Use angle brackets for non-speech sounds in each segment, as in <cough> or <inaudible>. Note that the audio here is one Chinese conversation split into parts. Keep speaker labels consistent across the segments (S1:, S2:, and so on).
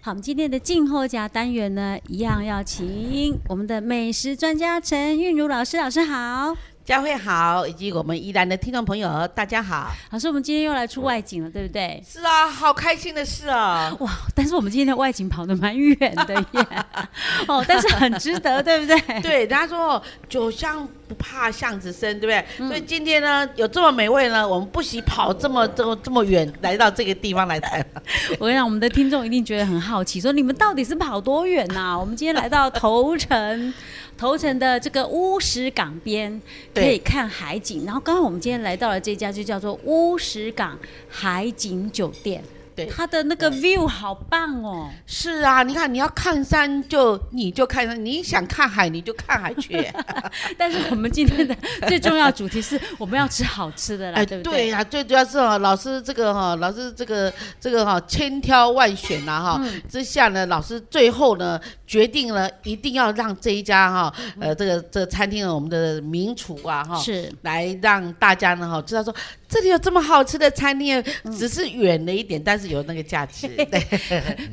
S1: 好，我们今天的静候家单元呢，一样要请我们的美食专家陈韵如老师，老师好。
S2: 佳慧好，以及我们宜兰的听众朋友，大家好。
S1: 老师，我们今天又来出外景了，对不对？
S2: 是啊，好开心的事 <laughs> 啊！
S1: 哇，但是我们今天的外景跑得蛮远的耶，哦，但是很值得，对不对？
S2: 对，人家说酒香不怕巷子深，对不对？所以今天呢，有这么美味呢，我们不惜跑这么这么这么远来到这个地方来 <laughs> 谈。
S1: 我跟你讲，我们的听众一定觉得很好奇，说你们到底是跑多远呐、我们今天来到头城，头城的这个乌石港边，可
S2: 对
S1: 以看海景。然后刚好我们今天来到了这家，就叫做乌石港海景酒店。
S2: 对
S1: 它的那个 view 好棒
S2: <laughs>
S1: 哦！
S2: 是啊，你看你要看山就你就看山，你想看海你就看海去。
S1: 但是我们今
S2: <laughs>
S1: 天的最重要的主题是我们要吃好吃的啦，
S2: 哎，
S1: 对不
S2: 对呀、最主要是哦，老师这个哈、老师这个这个哈、千挑万选呐、哈、
S1: 嗯
S2: 之下呢，老师最后呢决定了一定要让这一家哈、呃这个这个餐厅呢，我们的名厨啊哈、
S1: 是
S2: 来让大家呢哈、知道说这里有这么好吃的餐厅，
S1: 嗯
S2: 只是远了一点，但是有那个价值。对，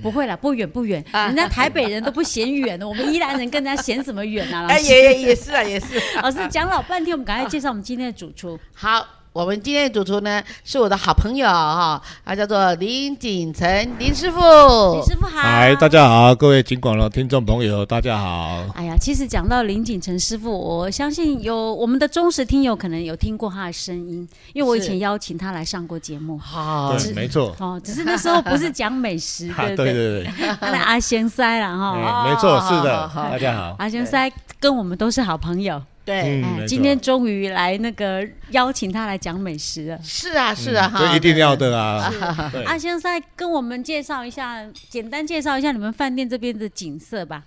S1: 不会啦，不远不远，
S2: 啊
S1: 人家台北人都不嫌远的，我们宜兰人更加嫌什么远啊？老
S2: <laughs> 哎，
S1: 师，
S2: 也也也是啊，也是。
S1: 老师讲老半天，我们赶快介绍我们今天的主厨。
S2: 好，我们今天的主厨呢是我的好朋友哈、他叫做林景成林师傅。
S1: 李师傅好，
S3: 哦嗨，大家好，各位景广的听众朋友，大家好。
S1: 哎呀，其实讲到林景成师傅，我相信有我们的忠实听友可能有听过他的声音，因为我以
S2: 是
S1: 前邀请他来上过节
S3: <laughs>
S1: 目。
S2: 好，
S3: 对，没错，
S1: 哦，只是那时候不是讲美
S3: <laughs>
S1: 食，
S3: 哈
S1: 对不
S3: 对
S1: 对？
S3: 对对，
S1: 他的阿贤塞啦哈，
S3: 哎没错，是
S2: 好
S3: 的，
S2: 好好
S3: 大家好。
S1: 阿贤塞跟我们都是好朋友。
S2: 对，
S3: 嗯，
S1: 哎
S3: 没，
S1: 今
S3: 错
S1: 天终于来那个邀请他来讲美食了。
S2: 是啊，是啊，哈，
S3: 嗯这一定要的啊。对
S1: 阿先生，跟我们介绍一下，简单介绍一下你们饭店这边的景色吧。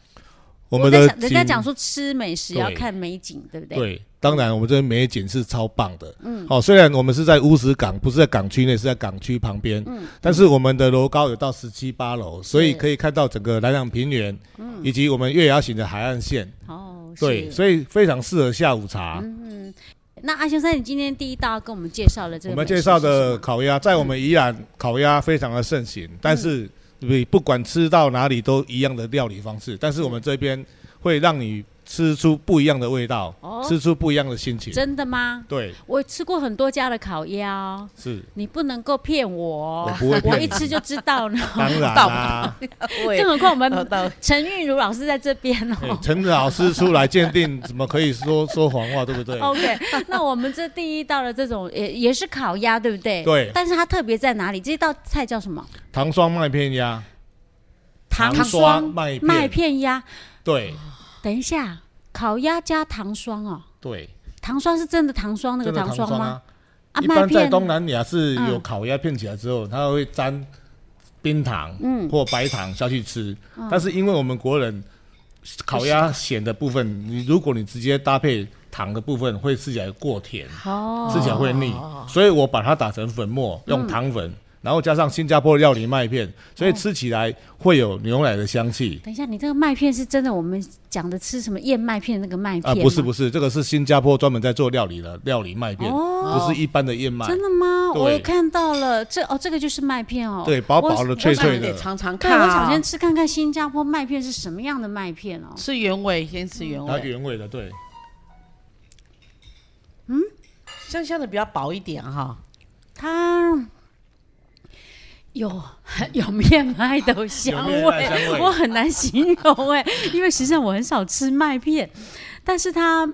S3: 我们
S1: 在
S3: 的
S1: 想人家
S3: 景
S1: 讲说吃美食
S3: 对
S1: 要看美景，对不对？
S3: 对，当然我们这边美景是超棒的。嗯，好、虽然我们是在乌石港，不是在港区内，是在港区旁边。嗯，但是我们的楼高有到十七八楼，所以
S2: 对
S3: 可以看到整个南港平原，以及我们月牙形的海岸线。
S1: 哦，是
S3: 对，所以非常适合下午茶。
S1: 那阿先生，你今天第一道跟我们介绍了这个美
S3: 我们
S1: 食
S3: 介
S1: 是什么，嗯
S3: 绍的烤鸭，在我们宜兰烤鸭非常的盛行，但是你不管吃到哪里都一样的料理方式，但是我
S1: 嗯
S3: 们这边会让你吃出不一样的味道，
S1: 哦
S3: 吃出不一样的心情。
S1: 真的吗？
S3: 对，
S1: 我吃过很多家的烤鸭哦，
S3: 是
S1: 你不能够骗我
S3: 我
S1: 哦，
S3: 不会
S1: 我
S3: 骗
S1: 一
S3: 你，
S1: 吃就知道
S3: <laughs>
S1: 呢。
S3: 当然
S2: 到
S3: 啦。
S1: 更何况我
S2: <laughs> 到
S1: 们
S2: 到
S1: 陈韵如老师在这边
S3: 哎
S1: 哦。
S3: 陈老师出来鉴
S1: <laughs>
S3: 定，怎么可以说说谎话，对不对？
S1: OK，那我们这第一道的这种也也是烤鸭，对不对？
S3: 对
S1: 但是它特别在哪里？这道菜叫什么？
S3: 糖霜麦片鸭，
S1: 糖
S3: 霜麦
S1: 麦
S3: 片，
S1: 片鸭。
S3: 对
S1: 等一下，烤鸭加糖霜哦，
S3: 对，
S1: 糖霜是真的糖霜那个
S3: 真的
S1: 糖霜吗
S3: 啊？
S1: 啊，
S3: 一
S1: 麦
S3: 般在
S1: 片
S3: 东南亚是有
S1: 嗯
S3: 烤鸭片起来之后，它会沾冰糖
S1: 嗯
S3: 或白糖下去吃。但是因为我们国人烤鸭咸的部分，你如果你直接搭配糖的部分，会吃起来过甜，
S1: 哦，嗯
S3: 吃起来会腻。所以我把它打成粉末，用糖粉，然后加上新加坡料理麦片，所
S1: 哦
S3: 以吃起来会有牛奶的香气。
S1: 等一下，你这个麦片是真的我们讲的吃什么燕麦片那个麦
S3: 啊，
S1: 片吗？
S3: 不是不是，这个是新加坡专门在做料理的料理麦片，
S1: 哦
S3: 不是一般的燕麦。
S1: 真的吗？
S3: 对
S1: 我有看到了，这哦，这个就是麦片哦。
S3: 对，薄薄
S1: 我
S3: 的、脆
S2: 那
S3: 脆
S2: 你
S3: 的
S2: 得。尝尝
S1: 对，
S2: 看
S1: 我想先
S2: 啊。
S1: 吃看看新加坡麦片是什么样的麦片哦。
S2: 吃原味，先吃原
S3: 它
S2: 味，
S3: 原味的，对，
S2: 香香的比较薄一点啊哈。
S1: 它有有面麦的香
S3: 有面
S1: 味，
S3: 麦香味
S1: 我很难形容哎、因为实际上我很少吃麦片，但是它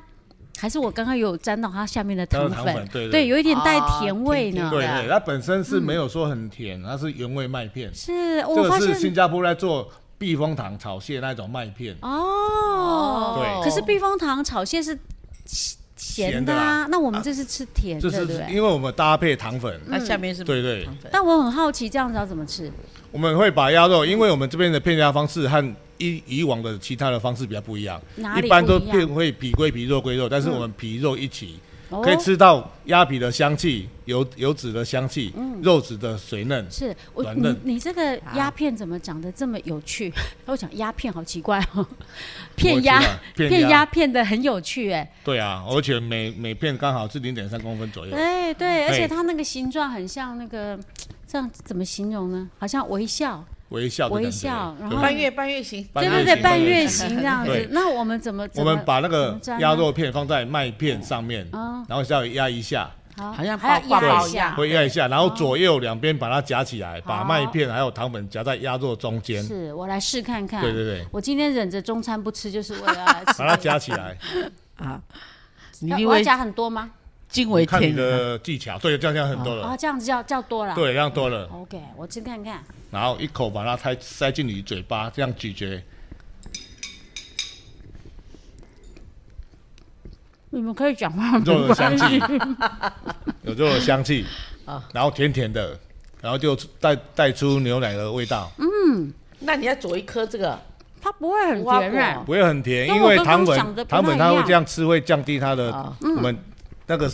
S1: 还是我刚刚有沾到它下面的
S3: 它
S1: 糖
S3: 的
S1: 粉，
S3: 糖粉，对
S1: 对，
S3: 对
S1: 有一点带
S2: 啊
S1: 甜味
S2: 甜
S1: 呢。
S3: 对
S2: 对啊
S3: 对，它本身是没有说很甜，它是原味麦片，
S1: 是，哦嗯
S3: 这
S1: 我发
S3: 个是
S1: 现
S3: 新加坡在做避风塘炒蟹那种麦片，
S1: 哦，
S3: 对
S1: 可是避风塘炒蟹是咸咸
S3: 咸
S1: 的
S3: 的
S1: 啊
S3: 啊，
S1: 那我们这是吃甜的，
S3: 就
S1: 对
S3: 是
S1: 不对？嗯
S3: 因为我们搭配糖粉，
S2: 那下面是
S3: 对对，
S2: 糖粉
S1: 但我很好奇，这样子要怎么吃？
S3: 我们会把鸭肉，因为我们这边的片鸭方式和以以往的其他的方式比较不一样，
S1: 哪
S3: 一
S1: 里
S3: 般
S1: 不
S3: 都
S1: 一
S3: 片
S1: 样？嗯
S3: 会皮归皮，肉归肉，但是我们皮肉一起，
S1: 哦
S3: 可以吃到鸭皮的香气、油油脂的香气、
S1: 嗯
S3: 肉质的水嫩，
S1: 是我
S3: 软
S1: 你
S3: 嫩
S1: 你这个鸭片怎么长得这么有
S3: <laughs>
S1: 趣？哎我讲鸭片好奇怪哦，片鸭 <laughs>
S3: 我知道
S1: 片鸭，片的很有趣哎
S3: 对啊，而且每每片刚好是零点三公分左右。
S1: 哎对，而且
S3: 哎
S1: 它那个形状很像那个，这样怎么形容呢？好像微笑
S3: 微笑的
S1: 微
S3: 感觉
S1: 笑然
S3: 对
S1: 后
S2: 半月半月行，
S3: 半
S1: 对
S3: 月
S1: 对
S3: 形
S1: 对，半月
S3: 月
S1: 形这样子
S3: 对。
S1: 那我们怎么怎
S3: 我
S1: 么
S3: 们把那
S1: 怎
S3: 个
S1: 么粘呢
S3: 鸭肉片放在麦片上面，
S1: 啊，
S3: 然后稍微压一下，
S1: 好
S2: 好像
S1: 还
S2: 抱
S1: 要压一
S2: 抱抱一
S1: 下哦
S2: 样，
S3: 会压一下，然后左右两边把它夹起来，把
S1: 好
S3: 麦片还有糖粉夹在鸭肉中间，
S1: 是我来试看看。
S3: 对对对，
S1: 我今天忍着中餐不吃，就是为了要来吃
S3: 把它夹
S1: <laughs>
S3: 起来，
S2: 啊，
S1: 这
S2: 你
S1: 个。
S2: 以
S1: 要我要
S2: 为
S1: 加很多吗？
S2: 惊为
S3: 看你
S2: 天人啊，
S3: 的技巧，对，这样这样很多
S1: 啊，
S3: 了，
S1: 这样子叫叫多了。
S3: 对，这样多了，
S1: ，OK，我吃看看。
S3: 然后一口把它塞塞进你嘴巴，这样咀嚼，
S1: 你们可以讲话吗？
S3: 肉
S1: 没
S3: 的香
S1: 关
S3: 气
S1: <laughs>
S3: <laughs>
S1: 系。
S3: 有肉的香气
S2: 啊，
S3: 然后甜甜的，然后就带带出牛奶的味道，
S1: 嗯
S2: 那你要左一颗这个，
S1: 它不会很啊
S2: 无花
S1: 圆
S2: 果
S1: 软，
S3: 不会很甜，
S1: 跟
S3: 因
S1: 我
S3: 为
S1: 刚
S3: 糖
S1: 刚
S3: 粉
S1: 讲的不
S3: 糖粉
S1: 太
S3: 它
S1: 一
S3: 会
S1: 样
S3: 这样吃会降低它的嗯
S2: 啊
S3: 我们那个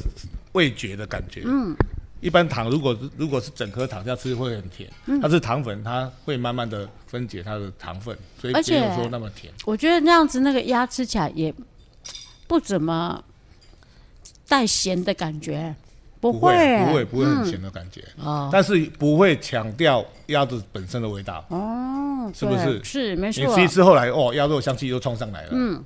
S3: 味觉的感觉。嗯，一般糖如果如果是整颗糖这样吃会很甜，
S1: 嗯
S3: 但是糖粉它会慢慢的分解它的糖分，所以
S1: 而
S3: 没
S1: 且
S3: 有说那么甜。
S1: 我觉得那样子那个鸭吃起来也不怎么带咸的感觉，不
S3: 不会不
S1: 会嗯
S3: 会不会很咸的感觉，
S2: 哦，
S3: 但是不会强调鸭子本身的味道。
S1: 哦，
S3: 是不
S1: 对
S3: 是
S1: 是啊没
S3: 你
S1: 错
S3: 吃，一吃后来哦，鸭肉香气又冲上来了。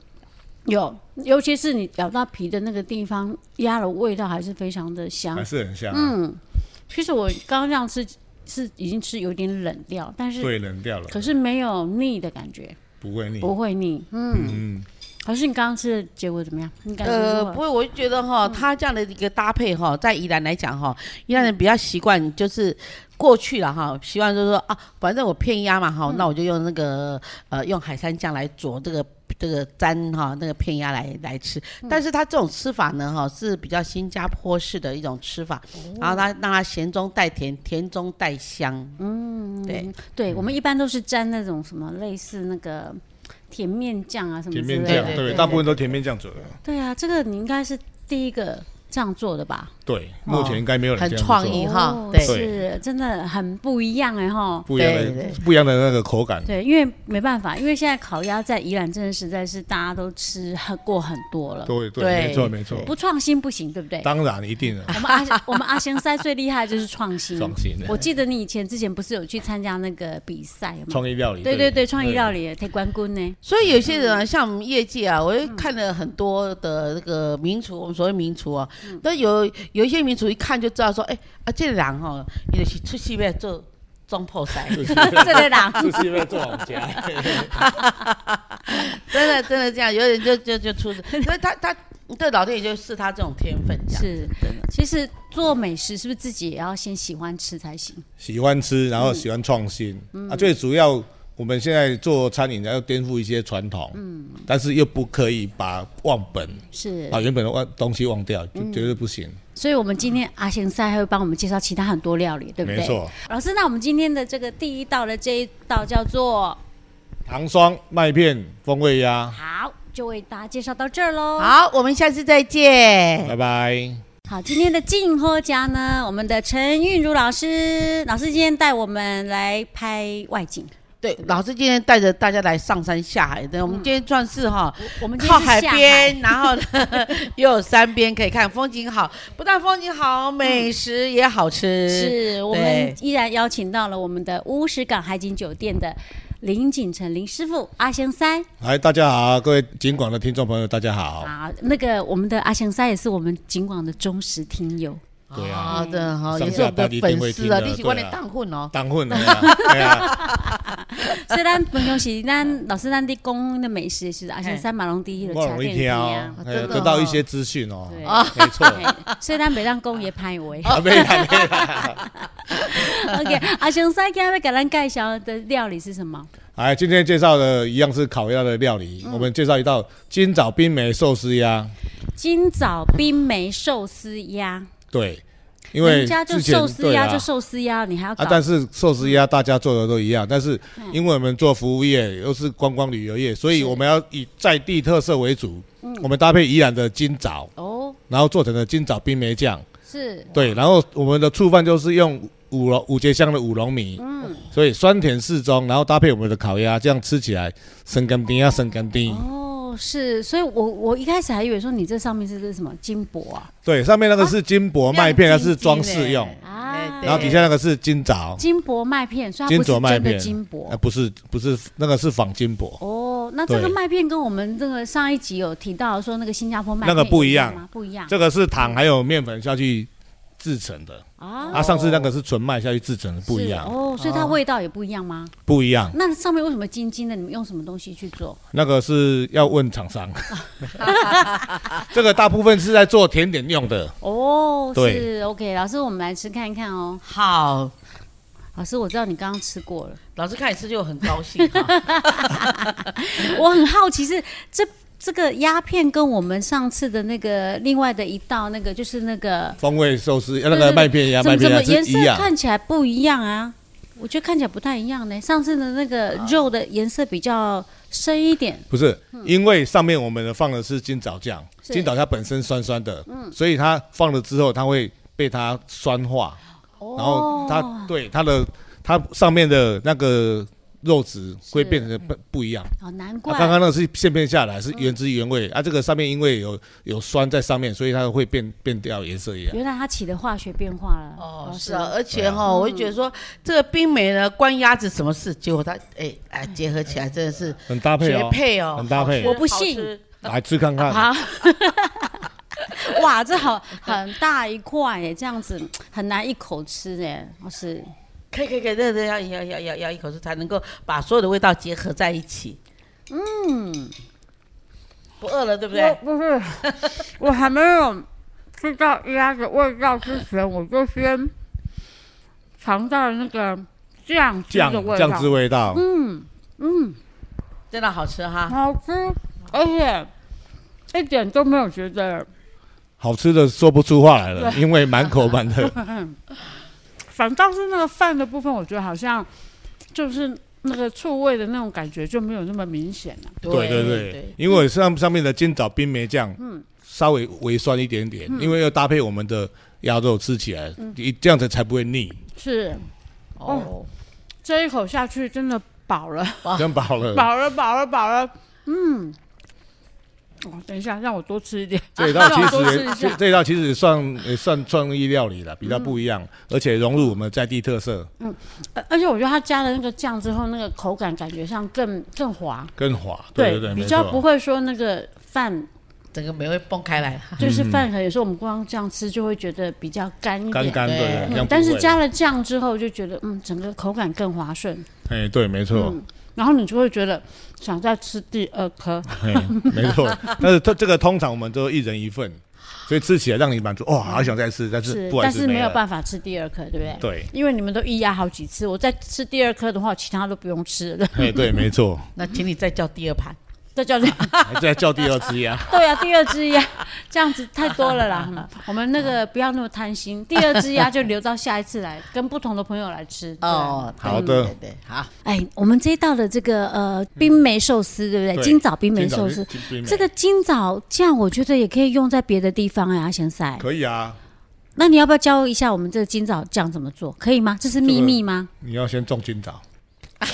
S1: 有，尤其是你咬到皮的那个地方，鸭的味道还是非常的香
S3: 还。是很香、嗯，
S1: 其实我刚刚这样吃是已经吃有点冷掉，但是
S3: 对，冷掉了，
S1: 可是哦没有腻的感觉，
S3: 不会腻。
S1: 不会腻。
S3: 嗯，
S1: 可是你刚刚吃的结果怎么样？你感觉
S2: 呃，
S1: 如何
S2: 不过我就觉得哈，它这样的一个搭配哈，在宜兰来讲哈，宜兰人比较习惯就是。过去了哈，习惯就是说啊，反正我片鸭嘛哈，那我就用那个呃，用海山酱来佐这个这个沾哈那个片鸭来来吃。但是它这种吃法呢哈是比较新加坡式的一种吃法，然后它让它咸中带甜，甜中带香。嗯，对，
S1: 对，我们一般都是沾那种什么类似那个甜面酱啊什么之
S3: 甜
S1: 类
S3: 面
S1: 的。
S3: 酱，
S2: 对
S3: 对
S2: 对对
S3: 大部分都甜面酱做的。
S1: 对啊，这个你应该是第一个这样做的吧？
S3: 对，
S2: 哦
S3: 目前应该没有人
S2: 很
S3: 这样
S2: 创
S3: 做
S2: 意哈
S1: 哦
S2: 对
S1: 是真的很不一样哎哈。
S3: 不一样
S2: 对对
S3: 的不一样的那个口感。
S1: 对，因为没办法，因为现在烤鸭在宜兰真的实在是大家都吃很过很多了，
S3: 对对，
S2: 对
S3: 没错没错，
S1: 不创新不行，对啊不对？
S3: 当然一定的
S1: 我们阿我们阿贤塞最厉害的就是创新。
S3: 创新的
S1: 嗯我记得你以前之前不是有去参加那个比赛吗？
S3: 创意料理。
S1: 对对对，创意料理铁冠军呢？ <laughs>
S2: 所以有些人啊，像我们业界啊，我也看了很多的那个名厨，我们所谓名厨啊，那有有一些名厨一看就知道说，哎、啊，这个人吼、伊就是出戏要做中破塞， <laughs>
S1: 这类
S3: <laughs>
S1: 啦，
S3: 就是因为做好家，
S2: 真的真的这样，有人就就就出，那他他这老天爷就是他这种天分，这样
S1: 是
S2: 真的，
S1: 其实做美食是不是自己也要先喜欢吃才行？
S3: <laughs> 喜欢吃，然后喜欢创新啊，最主要。我们现在做餐饮，要颠覆一些传统，嗯，但是又不可以把忘本，
S1: 是，
S3: 把原本的忘东西忘掉，就绝对不行。
S1: 所以我们今天阿贤赛还会帮我们介绍其他很多料理，对不对？
S3: 没错。
S1: 老师，那我们今天的这个第一道的这一道叫做
S3: 糖霜麦片风味鸭，
S1: 好，就为大家介绍到这儿喽。
S2: 好，我们下次再见。
S3: 拜拜。
S1: 好，今天的静喝家呢，我们的陈韵如老师，老师今天带我们来拍外景。
S2: 对，老师今天带着大家来上山下海的，我们今天算是哈、
S1: 我们今天
S2: 靠
S1: 是
S2: 海
S1: 下
S2: 边，然后呢又有山边可以看，风景好，不但风景好，美食也好吃。
S1: 是我们
S2: 对
S1: 依然邀请到了我们的乌石港海景酒店的林景成林师傅阿贤塞。
S3: 嗨，哎大家好，各位景广的听众朋友，大家好。
S1: 啊，那个我们的阿翔塞也是我们景广的忠实听
S3: <laughs>
S1: 友，
S3: 对啊
S2: 好的哈，
S3: 上
S2: 也是我
S3: 下班
S2: 们
S3: 一
S2: 的
S3: 定会
S2: 粉
S3: 听
S2: 丝啊，
S3: 的
S2: 你喜欢的
S3: 对啊
S2: 当混哦。
S3: 当混了
S1: <laughs>
S3: 呀，对啊，
S1: 所以咱平常时咱老师咱伫讲的美食的时候，阿翔塞马龙第一的
S3: 我
S1: 卡
S3: 容易
S1: 电
S3: 听
S1: 梯
S3: 哦
S1: 啊，，
S2: 啊真
S3: 哎
S2: 的
S3: 得到
S2: 哦
S3: 一些资讯哦
S1: 对，
S3: 没错，
S1: 嘿所以咱每当公也拍
S3: <laughs>
S1: 位。
S3: 啊，没啦没啦。
S1: OK，阿翔塞今天要给咱介绍的料理是什么？
S3: 哎，今天介绍的一样是烤鸭的料
S1: 嗯
S3: 理，我们介绍一道金枣冰梅寿司鸭。
S1: 今早冰梅寿司鸭，
S3: 对，因为
S1: 人家就
S3: 之前
S1: 寿司
S3: 对
S1: 鸭
S3: 啊
S1: 就寿司鸭，你还要搞
S3: 啊，嗯但是寿司鸭大家做的都一样，但是因为我们做服务业又是观光旅游业，所以
S1: 是
S3: 我们要以在地特色为主，我们搭配宜兰的金枣，
S1: 哦，
S3: 然后做成了金枣冰梅酱。
S1: 是
S3: 对，然后我们的醋饭就是用五龙五节香的五龙米，所以酸甜适中，然后搭配我们的烤鸭，这样吃起来生干丁啊，生干丁。
S1: 哦是，所以我我一开始还以为说你这上面是这是什么金箔啊
S3: 啊对，上面那个是金箔麦片，
S2: 亮
S3: 它
S2: 晶晶
S3: 是装饰用。
S2: 欸
S1: 啊，对
S3: 然后底下那个是金枣，
S1: 金箔麦片，虽然不
S3: 哦金
S1: 是
S3: 箔麦
S1: 真的
S3: 片
S1: 金箔
S3: 啊，，不是不是那个是仿金箔，
S1: 哦，那这个
S3: 对
S1: 麦片跟我们这个上一集有提到说那个新加坡麦
S3: 那个
S1: 片
S3: 不
S1: 有
S3: 一样
S1: 吗？不一样
S3: 这个是糖还有面粉下去制成的，
S1: 啊，
S3: 啊，上次那个是纯麦下去制成的，不一样啊
S1: 是，哦，所以它味道也不一样吗？
S3: 不一样，
S1: 那上面为什么金金的？你们用什么东西去做？
S3: 那个是要问
S1: <laughs>
S3: 厂商，这个大部分是在做甜点用的，
S1: 哦，
S3: 对
S1: 是 OK，老师，我们来吃看看哦。
S2: 好，
S1: 老师，我知道你刚刚吃过了，
S2: 老师看你吃就很高兴 <laughs> 哈。哦
S1: <laughs> 我很好奇是这这个鸦片跟我们上次的那个另外的一道那个就是那个
S3: 风味寿司呃
S1: 对
S3: 那个
S1: 对
S3: 麦片呀，
S1: 嗯怎
S3: 麦
S1: 么怎
S3: 片
S1: 么
S3: 呀
S1: 颜
S3: 是
S1: 色
S3: 一样，
S1: 看起来不一样啊？我觉得看起来不太一样呢。上次的那个肉的颜色比较深一点，
S3: 不是，因为上面我们放的是金枣酱，
S1: 嗯是嗯
S3: 金枣它本身酸酸的，所以它放了之后，它会被它酸化，
S1: 哦
S3: 然后它、对它的它上面的那个肉质会
S1: 是
S3: 变成不不一样。
S1: 哦，难
S3: 啊
S1: 怪
S3: 刚刚那个是现片下来
S4: 嗯
S3: 是原汁原味、啊，这个上面因为有有酸在上面，所以它会变变掉颜色一样。
S1: 原来它起的化学变化了。
S2: 哦嗯
S1: 老，师
S2: 是啊，，而且
S3: 对啊
S2: 哈，我就觉得说这个冰美呢关鸭子什么事？结果它哎哎结合起来真的是
S3: 很搭配
S2: 绝
S3: 哦，
S2: 配哦，
S3: 很搭
S2: 好
S3: 配
S2: 吃
S1: 我不信
S2: 好吃
S3: 来吃看看。
S1: 好，哇，这好很大一块耶，这样子很难一口吃耶，哦老师。
S2: 可以可以可以，那那要要要要要一口吃才能够把所有的味道结合在一起。嗯，不饿了对不对？
S4: 不是，我还没有吃到鸭子味道之前，我就先尝到那个酱汁
S3: 酱
S4: 的味道，嗯
S3: 酱汁味道，
S2: 真的好吃哈。
S4: 好吃，而且一点都没有觉得，
S3: 好吃的说不出话来了，因为满口
S4: <laughs>
S3: 满的
S4: 嗯反倒是那个饭的部分，我觉得好像就是那个醋味的那种感觉就没有那么明显了、
S3: 对对对，因为上上面的金枣冰梅酱，
S4: 嗯
S3: 稍微微酸一点点，因为要搭配我们的鸭肉吃起来，
S4: 嗯
S3: 一这样子才不会腻，
S4: 是
S2: 哦，
S4: 这一口下去真的饱了，
S2: 啊
S3: 真饱了。
S4: 哦饱了，饱了，饱了，嗯。哦，等一下，让我多吃一点。
S3: <laughs> 这一道其
S4: 啊让我多
S3: 实
S4: 试一
S3: 也
S4: 下嗯
S3: 这这一道其实也算也算创意料理了，比较不一样，而且融入我们在地特色，
S4: 呃而且我觉得它加了那个酱之后，那个口感感觉上更更滑，
S3: 更滑。对对，
S4: 比
S3: 没
S4: 较不
S3: 错。
S4: 会说那个
S3: <laughs>
S4: 饭
S2: 整个美味蹦开来。
S4: 就是饭，可能有时候我们光这样吃就会觉得比较干一
S3: 干
S4: 点，
S3: 干的，
S2: 对
S3: 对这样
S4: 嗯
S3: 不
S4: 但是
S3: 会
S4: 加了酱之后就觉得嗯，整个口感更滑顺，
S3: 哎，对，没错。
S4: 然后你就会觉得想再吃第二颗，
S3: 嘿没
S4: <laughs>
S3: 错，但是这这个通常我们都一人一份，所以吃起来让你满足，哦，好想再吃，但是
S4: 嗯是
S3: 不，好意
S4: 但
S3: 思
S4: 是没有
S3: 法。
S4: 办法吃第二颗，对不对？
S3: 对，
S4: 因为你们都一压好几次，我再吃第二颗的话，其他都不用吃了。 <laughs>
S3: 哎，对，没错，
S2: 那请你再叫第二盘。
S3: <laughs>
S4: 这叫做
S3: 还在叫第二只呀。
S4: 对啊，第二只鸭这样子太多
S3: <laughs>
S4: 了啦。嗯我们那个不要那么贪心，第二只鸭就留到下一次来，跟不同的朋友来吃。哦，
S2: 哦，
S3: 好
S2: 对
S3: 的
S2: 对对，好。
S1: 哎，我们这一道的这个呃冰梅寿司，对不对？
S3: 对
S1: 金枣冰梅寿司，
S3: 金枣冰梅
S1: 这个金枣酱我觉得也可以用在别的地方哎，阿贤塞。
S3: 可以啊，
S1: 那你要不要教一下我们这个金枣酱怎么做？可以吗？这是秘密吗？
S3: 你要先种金枣。 <laughs>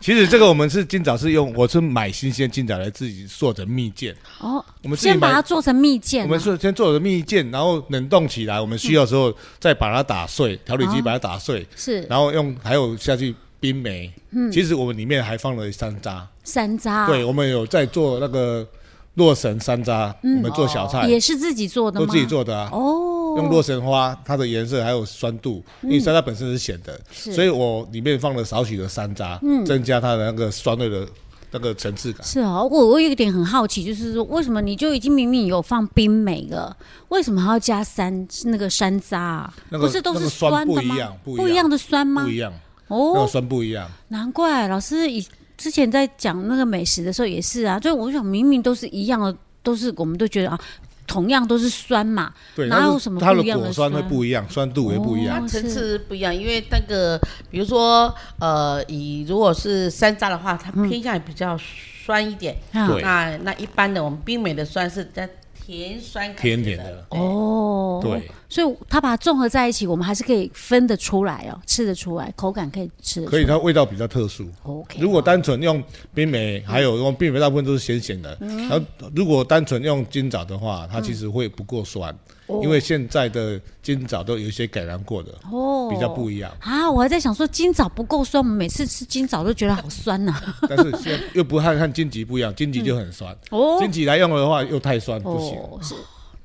S3: 其实这个我们是金枣是用，我是买新鲜金枣来自己做成蜜饯。
S1: 哦，
S3: 我们自己
S1: 先把它
S3: 买，
S1: 做成蜜饯啊、
S3: 我们是先做成蜜饯，然后冷冻起来，我们需要的时候再把它打碎，调理机
S1: 哦
S3: 把它打碎，
S1: 是
S3: 然后用还有下去冰梅。
S1: 嗯
S3: 其实我们里面还放了山楂。
S1: 山楂，
S3: 对，我们有在做那个洛神山楂，我们做小菜
S1: 嗯哦也是自己做的
S3: 都
S1: 吗？
S3: 自己做的啊，
S1: 哦，
S3: 用洛神花，它的颜色还有酸度，因为山楂本身是咸的，
S1: 嗯是嗯
S3: 所以我里面放了少许的山楂，增加它的那个酸味的那个层次感。
S1: 是哦，我我有一点很好奇，就是说为什么你就已经明明有放冰美了，为什么还要加山那个山楂、啊？
S3: 那个
S1: 不是都
S3: 那
S1: 是
S3: 个酸
S1: 酸的吗？
S3: 不一样不一样
S1: 的酸吗
S3: 不？一样，那个
S1: 哦，
S3: 酸不一样，
S1: 难怪啊老师以之前在讲那个美食的时候也是啊，就我想明明都是一样的，都是我们都觉得啊，同样都是酸嘛，
S3: 对，
S1: 哪
S3: 但是
S1: 有什么
S3: 它
S1: 不
S3: 的
S1: 一样的
S3: 果酸会
S1: 酸
S3: 不一样，酸度也不一样
S1: 哦。
S2: 层
S1: 是
S2: 次不一样，因为那个，比如说，呃，以如果是山楂的话，它偏向于比较酸一点。
S1: 啊
S3: 对
S2: 那那一般的我们冰美的酸是在甜酸感觉
S3: 甜甜的
S2: 对
S1: 哦，
S3: 对，
S1: 所以它把它综合在一起，我们还是可以分得出来哦，吃得出来，口感可以吃得出
S3: 可
S1: 来。
S3: 以，它味道比较特殊。
S1: OK，
S3: 如果单纯用冰梅，还有用冰梅大部分都是咸咸的，
S1: 嗯
S3: 然后如果单纯用金枣的话，它其实会不够酸，因为现在的金枣都有一些改良过的，
S1: 哦。
S3: 比较不一样
S1: 啊，我还在想说金枣不够酸，我们每次吃金枣都觉得好酸啊呐、
S3: 但是现在又不和和金桔不一样，金桔就很酸，
S1: 哦
S3: 金桔来用的话又太酸不行。
S1: 哦，是，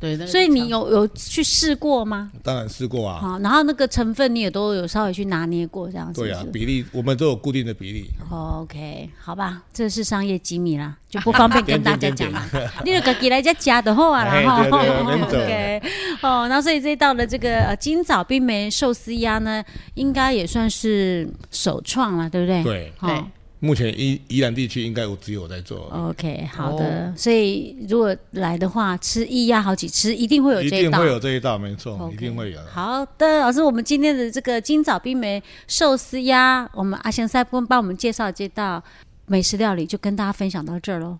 S2: 对，那个
S1: 所以
S2: 强
S1: 你有有去试过吗？
S3: 当然试过啊，
S1: 好，然后那个成分你也都有稍微去拿捏过，这样子。
S3: 对
S1: 是，
S3: 啊
S1: 不是
S3: 比例我们都有固定的比例。
S1: OK，好吧，这是商业机密啦，就不方便跟大家
S3: <laughs>
S1: 讲了。你就自己来家加的后啊，
S3: 哎
S1: 然后
S3: 对对对免走
S1: OK，哦，那所以这一道的这个呃金枣冰梅寿司鸭呢，应该也算是首创了，对不对？
S3: 对，
S1: 哦
S2: 对
S3: 目前宜宜兰地区应该我只有我在做，
S1: OK，好
S3: 哦
S1: 的。所以如果来的话，吃一压好几吃，一定会有
S3: 一
S1: 这一
S3: 定
S1: 道
S3: 会。有这一道，没错，
S1: OK
S3: 哦一定会有。
S1: 好的，老师，我们今天的这个金枣冰梅寿司鸭，我们阿贤塞帮帮我们介绍这道美食料理，就跟大家分享到这儿喽。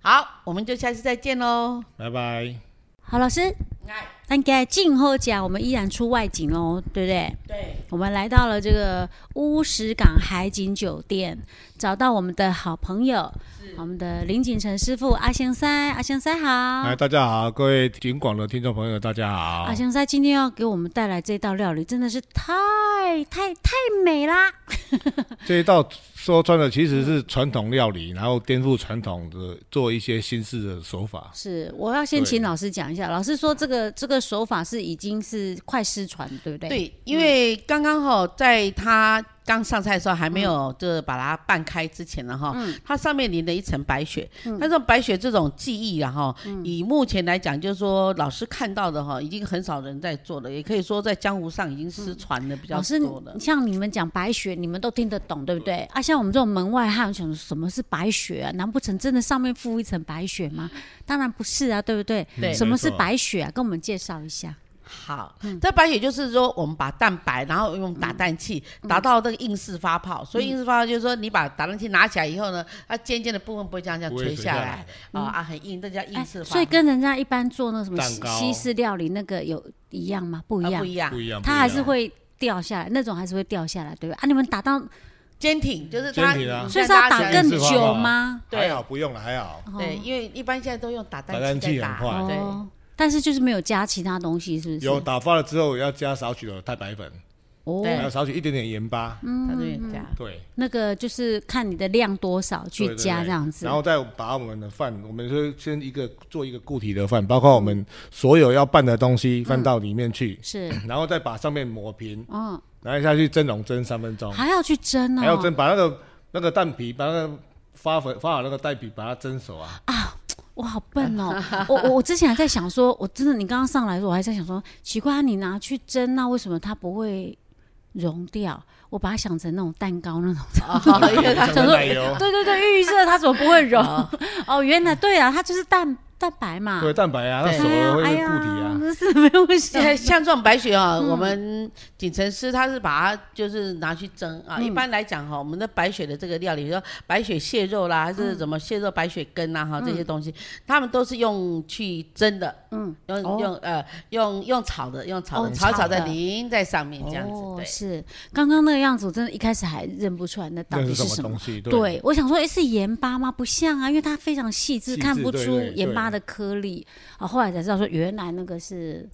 S2: 好，我们就下次再见喽。
S3: 拜拜。
S1: 好，老师，那该静候甲，我们依然出外景哦，对不对？
S2: 对，
S1: 我们来到了这个乌石港海景酒店，找到我们的好朋友，我们的林景成师傅阿贤塞，阿贤塞好啊
S3: 哎，。大家好，各位景广的听众朋友，大家好
S1: 阿。香塞今天要给我们带来这道料理，真的是太太太美啦！
S3: 这一道说穿了其实是传统料理，然后颠覆传统的做一些新式的手法。
S1: 是，我要先
S3: 对
S1: 请老师讲一下。老师说这个这个手法是已经是快失传，对不对？，
S2: 对，因为刚刚哈，在它刚上菜的时候还没有
S1: 嗯
S2: 就是把它拌开之前呢哈，它上面淋了一层白雪。
S1: 嗯
S2: 那这种白雪这种技艺啊哈，以目前来讲，就是说老师看到的哈，已经很少人在做了，也可以说在江湖上已经失传的比
S1: 嗯
S2: 较
S1: 老师
S2: 多了。
S1: 像你们讲白雪，你们都听得懂，对不对？啊，像我们这种门外汉，想说什么是白雪啊？难不成真的上面附一层白雪吗？当然不是啊，对不对？
S2: 对
S1: 什么是
S3: 嗯没错
S1: 白雪啊？跟我们介绍一下。
S2: 好，
S1: 嗯
S2: 这白雪就是说，我们把蛋白，然后用打蛋器
S1: 嗯
S2: 达到那个硬式发泡。所以硬式发泡就是说，你把打蛋器拿起来以后呢，它尖尖的部分不会这样这样
S3: 不会
S2: 垂
S3: 垂
S2: 下
S3: 下
S2: 来啊啊，很硬，这叫硬啊式发
S1: 嗯
S2: 泡。
S1: 哎所以跟人家一般做那什么
S3: 蛋
S1: 西
S3: 糕
S1: 西式料理那个有一样吗？不一
S2: 啊
S1: 样
S2: 不。一样
S3: 不，一样，
S1: 它还
S3: 不一
S1: 是
S3: 样
S1: 会掉下来，那种还是会掉下来，对吧？啊，你们打到，
S2: 坚挺就是它，
S3: 坚挺啊
S2: 你
S1: 所以是
S2: 看
S1: 要
S2: 大家
S1: 打
S2: 喜欢
S1: 更
S3: 是
S1: 久吗？
S2: 对
S3: 还好，不用了，还好。
S2: 对，因为一般现在都用打
S3: 打蛋
S2: 蛋
S3: 器
S2: 器在
S3: 很
S2: 打，
S3: 快
S2: 对，
S1: 哦，但是就是没有加其他东西，是不是？
S3: 有打发了之后，要加少许的太白粉，还
S1: 哦
S2: 对，
S3: 要少许一点点盐巴。
S1: 嗯
S2: 它就用这样。
S3: 对，
S1: 那个就是看你的量多少
S3: 对
S1: 去
S3: 对
S1: 加
S3: 对
S1: 这样子。
S3: 然后再把我们的饭，我们就先一个做一个固体的饭，包括我们所有要拌的东西
S1: 嗯
S3: 放到里面去，
S1: 是，
S3: 然后再把上面抹平，
S1: 嗯，
S3: 然后下去蒸笼蒸三分钟，
S1: 还要去蒸哦，
S3: 嗯还要蒸把那个那个蛋皮，把那个发粉发好那个蛋皮，把它蒸熟啊。
S1: 我好笨哦！ <laughs> 我我我之前还在想说，我真的你刚刚上来的时候，我还在想说，奇怪，啊你拿去蒸，那为什么它不会融掉？我把它想成那种蛋糕那种。
S2: 哦，因
S3: <laughs>
S2: 为它
S3: 像奶油，
S1: <laughs> 对对对，预设它怎么不会融？ <laughs> 哦，原来对啊，它就是蛋蛋白嘛。
S3: 对蛋白啊，它
S2: 对
S3: 熟
S1: 哎呀
S3: 了会
S1: 哎
S3: 是
S1: 呀
S3: 固体啊。
S1: 真是没有想
S2: 像像这种白雪
S1: 嗯
S2: 啊，我们锦城师他是把它就是拿去蒸啊。
S1: 嗯
S2: 一般来讲哈，我们的白雪的这个料理，比如说白雪蟹
S1: 嗯
S2: 肉啦，还是什么蟹肉白雪羹啊，哈这些东西，他们都是用去蒸的，嗯，用
S1: 哦
S2: 用呃用用炒的，用炒
S1: 哦
S2: 的，炒
S1: 炒
S2: 一炒再
S1: 的
S2: 淋在上面这样子，
S1: 哦，
S2: 对。
S1: 是刚刚那个样子，我真的一开始还认不出来那到
S3: 那
S1: 底
S3: 是什
S1: 什么
S3: 东。西？对，
S1: 对，我想说，诶，是盐巴吗？不像啊，因为它非常细致，
S3: 细致
S1: 看不出
S3: 对对
S1: 盐巴的颗粒。啊，后来才知道说，原来那个是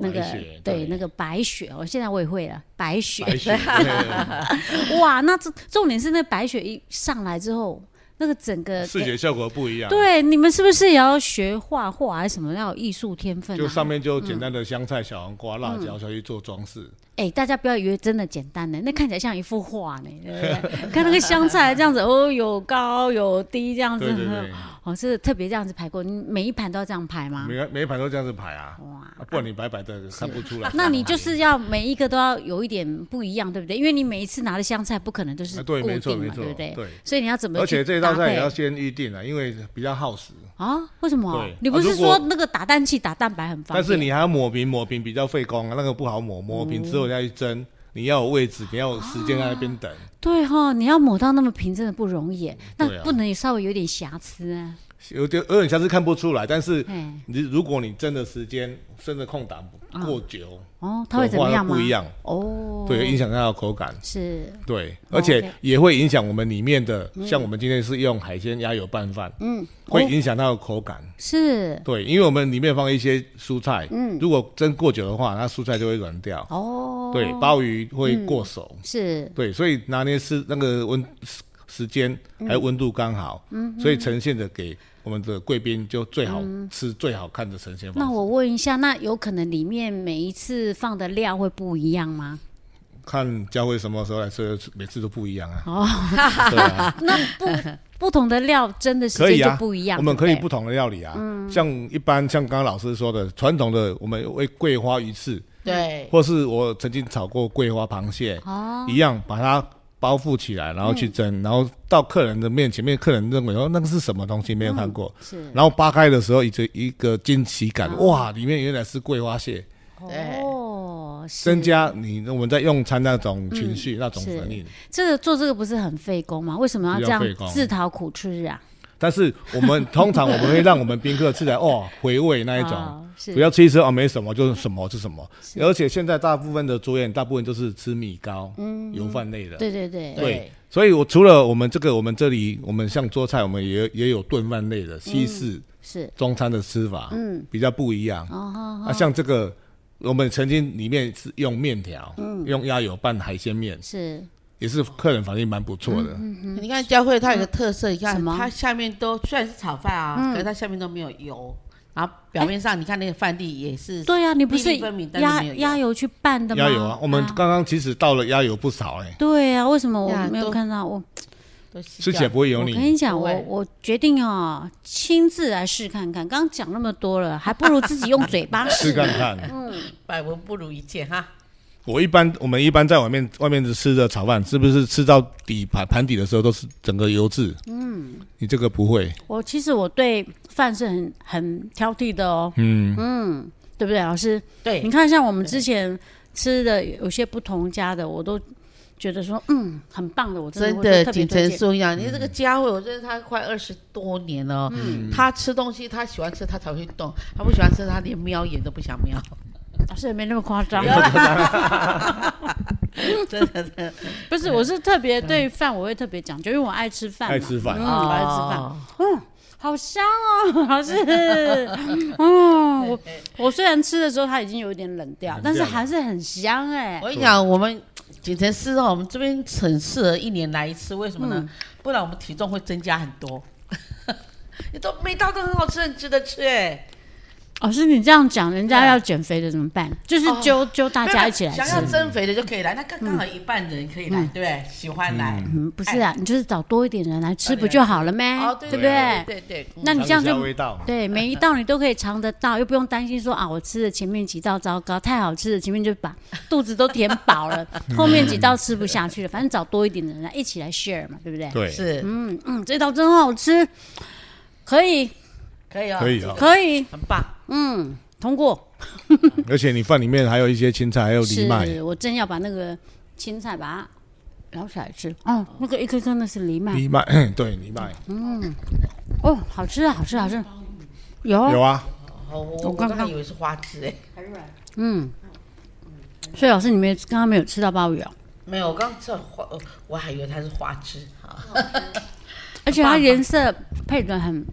S1: 那个
S3: 白雪
S1: 对
S3: 对
S1: 那个白雪。哦，现在我也会了，白雪。
S3: 白雪，对
S1: 哇，那这重点是那白雪一上来之后，那个整 <laughs> 个
S3: 视觉效果不一样。，
S1: 对你们是不是也要学画画还是什么？要有艺术天分、啊？
S3: 就上面就简
S1: 嗯
S3: 单的香菜、小黄瓜、辣椒下去做装饰。
S1: 哎、大家不要以为真的简单呢，那看起来像一幅画呢，对不对？ <laughs> 看那个香菜这样子，哦，有高有低这样子，
S3: 对对对，
S1: 哦，是特别这样子排过，你每一盘都要这样排吗？
S3: 每每一盘都这样子排啊，
S1: 哇，
S3: 啊不然你白白的看不出来。
S1: 哦那你就是要每一个都要有一点不一样，对不对？因为你每一次拿的香菜不可能都是
S3: 啊
S1: 固
S3: 对，
S1: 定
S3: 没
S1: 嘛，
S3: 错没错
S1: 对不，对？
S3: 对。
S1: 所以你要怎么
S3: 而
S1: 去
S3: 且这道
S1: 搭
S3: 菜
S1: 配
S3: 也要先预定啊，因为比较耗时，
S1: 啊？为什么
S3: 对？
S1: 你不
S3: 啊
S1: 是
S3: 如果
S1: 说那个打蛋器打蛋白很方便？
S3: 但是你还要抹平，抹平比较费工啊，那个不好抹，抹平之后再去蒸，你要有位置，你要有时间在那边
S1: 啊
S3: 等。
S1: 对哈、你要抹到那么平，真的不容易耶，那
S3: 对啊
S1: 不能稍微有点瑕疵啊？
S3: 有点有点像是看不出来，但是
S1: 哎，
S3: 你如果你真的时间真的空档
S1: 啊
S3: 过久，
S1: 哦，它
S3: 的
S1: 会怎么
S3: 话
S1: 样吗？
S3: 不一样，
S1: 哦，
S3: 对，影响它的口感，
S1: 是，
S3: 对，
S1: 哦
S3: 而且
S1: OK
S3: 也会影响我们里面的，像我们今天是用海鲜鸭油拌饭，
S1: 嗯，
S3: 会
S1: 哦
S3: 影响它的口感，
S1: 是，
S3: 对，因为我们里面放一些蔬菜，
S1: 嗯，
S3: 如果蒸过久的话，它蔬菜就会软掉，
S1: 哦，嗯
S3: 对，鲍鱼会过熟，
S1: 是
S3: 对，所以拿捏是那个温时时间
S1: 嗯
S3: 还有温度刚好，所以呈现的给我们的贵宾就最好吃、最好看的呈现
S1: 嗯那
S3: 方式。
S1: 我问一下，那有可能里面每一次放的料会不一样吗？
S3: 看佳慧什么时候来吃，每次都不一样啊。
S1: 哦，
S3: <laughs> 对啊，
S1: 那不不同的料真的时
S3: 可以
S1: 间
S3: 啊
S1: 就不一样，
S3: 我们可以
S1: 对嗯
S3: 不同的料理啊，像一般像刚刚老师说的，传统的我们为桂花鱼翅，
S2: 对，
S3: 或是我曾经炒过桂花螃蟹
S1: 对，哦，嗯
S3: 一样把它包覆起来，然后去蒸，然后到客人的面前面，客人认为哦那个是什么东西
S1: 嗯
S3: 没有看过，
S1: 是
S3: 然后扒开的时候一个一个惊喜感，
S1: 嗯
S3: 哇，里面原来是桂花蟹，
S2: 对
S1: 哦，是
S3: 增加你我们在用餐那种情绪、那种
S1: 是
S3: 反应。
S1: 这个做这个不是很费工吗？为什么要
S3: 比较
S1: 这样
S3: 费工
S1: 自讨苦吃啊？
S3: 但是我们通常我们会让我们宾客吃起来哦回味那一种，
S1: 哦是
S3: 不要吃一吃哦没什么就是什么是什么。而且现在大部分的桌宴，大部分都是吃米糕、油饭类的。
S1: 嗯对对对，
S2: 对
S3: 所以我除了我们这个，我们这里我们像桌菜，我们也也有炖饭类的西式、
S1: 是
S3: 中餐的吃法，
S1: 嗯
S3: 比较不一样。
S1: 哦好
S3: 啊，像这个，我们曾经里面是用面条，
S1: 嗯
S3: 用鸭油拌海鲜面，
S1: 是
S3: 也是客人反应蛮不错的。
S1: 嗯
S2: 你看佳慧它有个特色，你
S1: 什
S2: 看
S1: 么
S2: 它下面都虽然是炒饭啊，可是它下面都没有油，然后表面上你看那个饭粒也是，
S1: 对啊，你不
S2: 粒
S1: 是
S2: 粒分明但是
S1: 鸭
S2: 没有油
S1: 鸭油去拌的吗？
S3: 鸭油啊，我们刚刚其实到了鸭油不少哎、
S1: 对啊，为什么我
S2: 呀
S1: 没有
S2: 都
S1: 看到我？
S2: 都洗
S3: 吃起来
S2: 掉
S3: 不会
S1: 我
S3: 油
S1: 跟
S3: 腻。
S1: 你讲，
S2: 不
S1: 我
S2: 会
S1: 我决定哦，亲自来试看看。刚讲那么多了，还不如自己用嘴巴
S3: <laughs> 试
S1: 试。
S3: 看
S1: 嗯
S3: 看，
S2: 百闻不如一见哈。
S3: 我一般我们一般在外面外面吃的炒饭，是不是吃到底盘盘底的时候都是整个油渍？嗯，你这个不会，
S1: 我其实我对饭是很很挑剔的哦，
S3: 嗯，
S1: 对不对，老师？
S2: 对
S1: 你，看，像我们之前吃的有些不同家的，我都觉得说，嗯，很棒的，我真的
S2: 真
S1: 会
S2: 的
S1: 特别
S2: 锦城
S1: 推荐。
S2: 素养，你这个佳慧，我认识她快二十多年了哦。她吃东西，她喜欢吃，她才会动；她不喜欢吃，她连瞄眼都不想瞄。
S1: 老师也没那么夸张，
S2: <laughs> 真的，真的
S1: <laughs> 不是，我是特别对饭我会特别讲究，因为我爱吃饭嘛，
S3: 爱吃饭
S1: 嗯，
S2: 哦
S1: 我爱吃饭。好香哦， <laughs> 老师。嗯，我我虽然吃的时候它已经有点冷掉，
S3: 冷掉
S1: 但是还是很香哎、
S2: 我跟你讲，我们锦城市哦，我们这边很适合一年来一次，为什么呢？
S1: 嗯
S2: 不然我们体重会增加很多。 <laughs> 你都每道都很好吃，很值得吃哎。
S4: 哦
S1: 老师，你这样讲，人
S3: 啊
S1: 家要减肥的怎么办？就是
S2: 哦
S1: 揪揪大家一起来
S2: 想
S1: 吃。
S2: 要增肥的就可以来，那刚刚好一半人可以来，对不对？喜欢来。
S1: 嗯，不是啊，你就是找多一点人来吃不就好了咩？
S2: 哦，
S1: 不
S2: 对
S1: 哎对？
S2: 对对，对
S1: 那你这样
S3: 尝一
S1: 就
S3: 下味道，
S1: 对每一道你都可以尝得到，又不用担心说啊，我吃的前面几道糟糕，太好吃了，前面就把 <laughs> 肚子都填饱 <laughs> 了，后面几道吃不下去了。反正找多一点的人来一起来 share 嘛，对不对？
S3: 对，
S2: 是
S1: 嗯嗯，这道真好吃，可以
S2: 可以哦，
S3: 可以哦
S1: 可以，
S2: 很棒。
S1: 嗯，通过。
S3: 而且你饭里面还有一些青菜，还有藜麦，啊
S1: 是我正要把那个青菜把它捞起来吃。哦，那个一颗颗那是藜麦，
S3: 藜麦， <coughs> 对，藜麦
S1: 哦，好吃啊，好吃，好吃。有，
S3: 有啊，
S2: 哦，我
S1: 我
S2: 我
S1: 刚
S2: 刚
S1: 刚
S2: 才以为是花枝哎，
S1: 嗯。所以老师，你们刚刚没有吃到鲍鱼哦，
S2: 没有，我刚刚吃了花，呃我还以为它是花枝哈，
S1: 而且它颜色配的很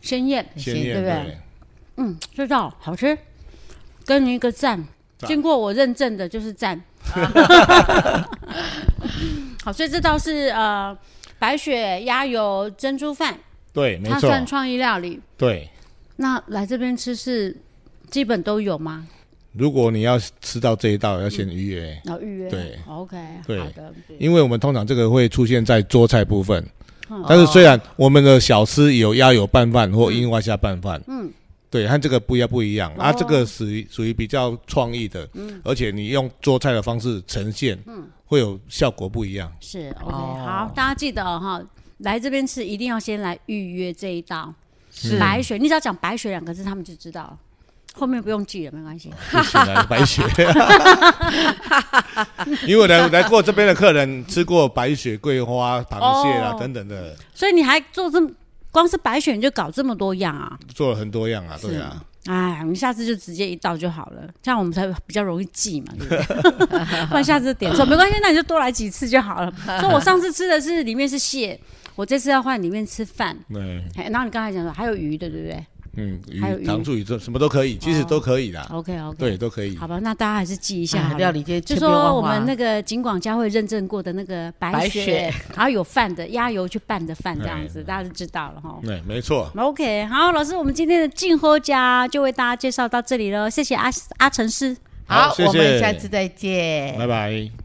S1: 鲜艳，
S3: 鲜
S1: 对
S3: 艳，
S1: 不对？嗯，这道好吃，跟你一个赞。
S3: 赞
S1: 经过我认证的就是
S3: <laughs>
S1: 赞。好，所以这道是呃白雪鸭油珍珠饭，
S3: 对，没
S1: 它
S3: 错，
S1: 算创意料理。
S3: 对。
S1: 那来这边吃是基本都有吗？
S3: 如果你要吃到这一道，要先预约，
S1: 然后预约。
S3: 对
S1: ，OK，
S3: 对
S1: 好的，
S3: 因为我们通常这个会出现在桌菜部分。
S1: 嗯
S3: 但是虽然我们的小吃有鸭油拌饭或樱花虾拌饭，嗯，对，和这个不一样不一样。啊，
S1: 哦
S3: 这个属于属于比较创意的，
S1: 嗯
S3: 而且你用做菜的方式呈现，会有效果不一样。
S1: 是 OK，、
S2: 哦
S1: 好，大家记得哦哈、来这边吃一定要先来预约这一道
S2: 是
S1: 白雪，你只要讲白雪两个字，他们就知道了。后面不用记了，没关系。
S3: 不行啊，白雪， <laughs> 因为来来过这边的客人吃过白雪桂花、螃蟹啦、啊
S1: 哦
S3: 等等的，
S1: 所以你还做这么光是白雪你就搞这么多样啊！
S3: 做了很多样啊，对啊，
S1: 哎，你下次就直接一道就好了，这样我们才比较容易记嘛，对不 <laughs> 对？不然下次点错没关系，那你就多来几次就好了。说我上次吃的是里面是蟹，我这次要换里面吃饭。
S3: 嗯
S1: 哎，然后你刚才讲说还有鱼的，对不对
S3: 嗯，
S1: 还有鱼
S3: 鱼、糖醋鱼这什么都可以，其实都可以啦，
S1: ？OK OK，
S3: 对，，都可以。
S1: 好吧，那大家还是记一下
S2: 哎
S1: 好了
S2: 料理界
S1: 就
S2: 千变万
S1: 说我
S2: 化
S1: 们那个景广佳慧认证过的那个白
S2: 白
S1: 雪，
S2: 雪
S1: <laughs> 然后有饭的鸭油去拌的饭这样子，
S3: 哎
S1: 大家就知道了哈。
S3: 对，没错。
S1: OK，好，老师，我们今天的静候家就为大家介绍到这里喽，谢谢阿阿成师。
S3: 好谢
S2: 我们
S3: 谢
S2: 下次再见，
S3: 拜拜。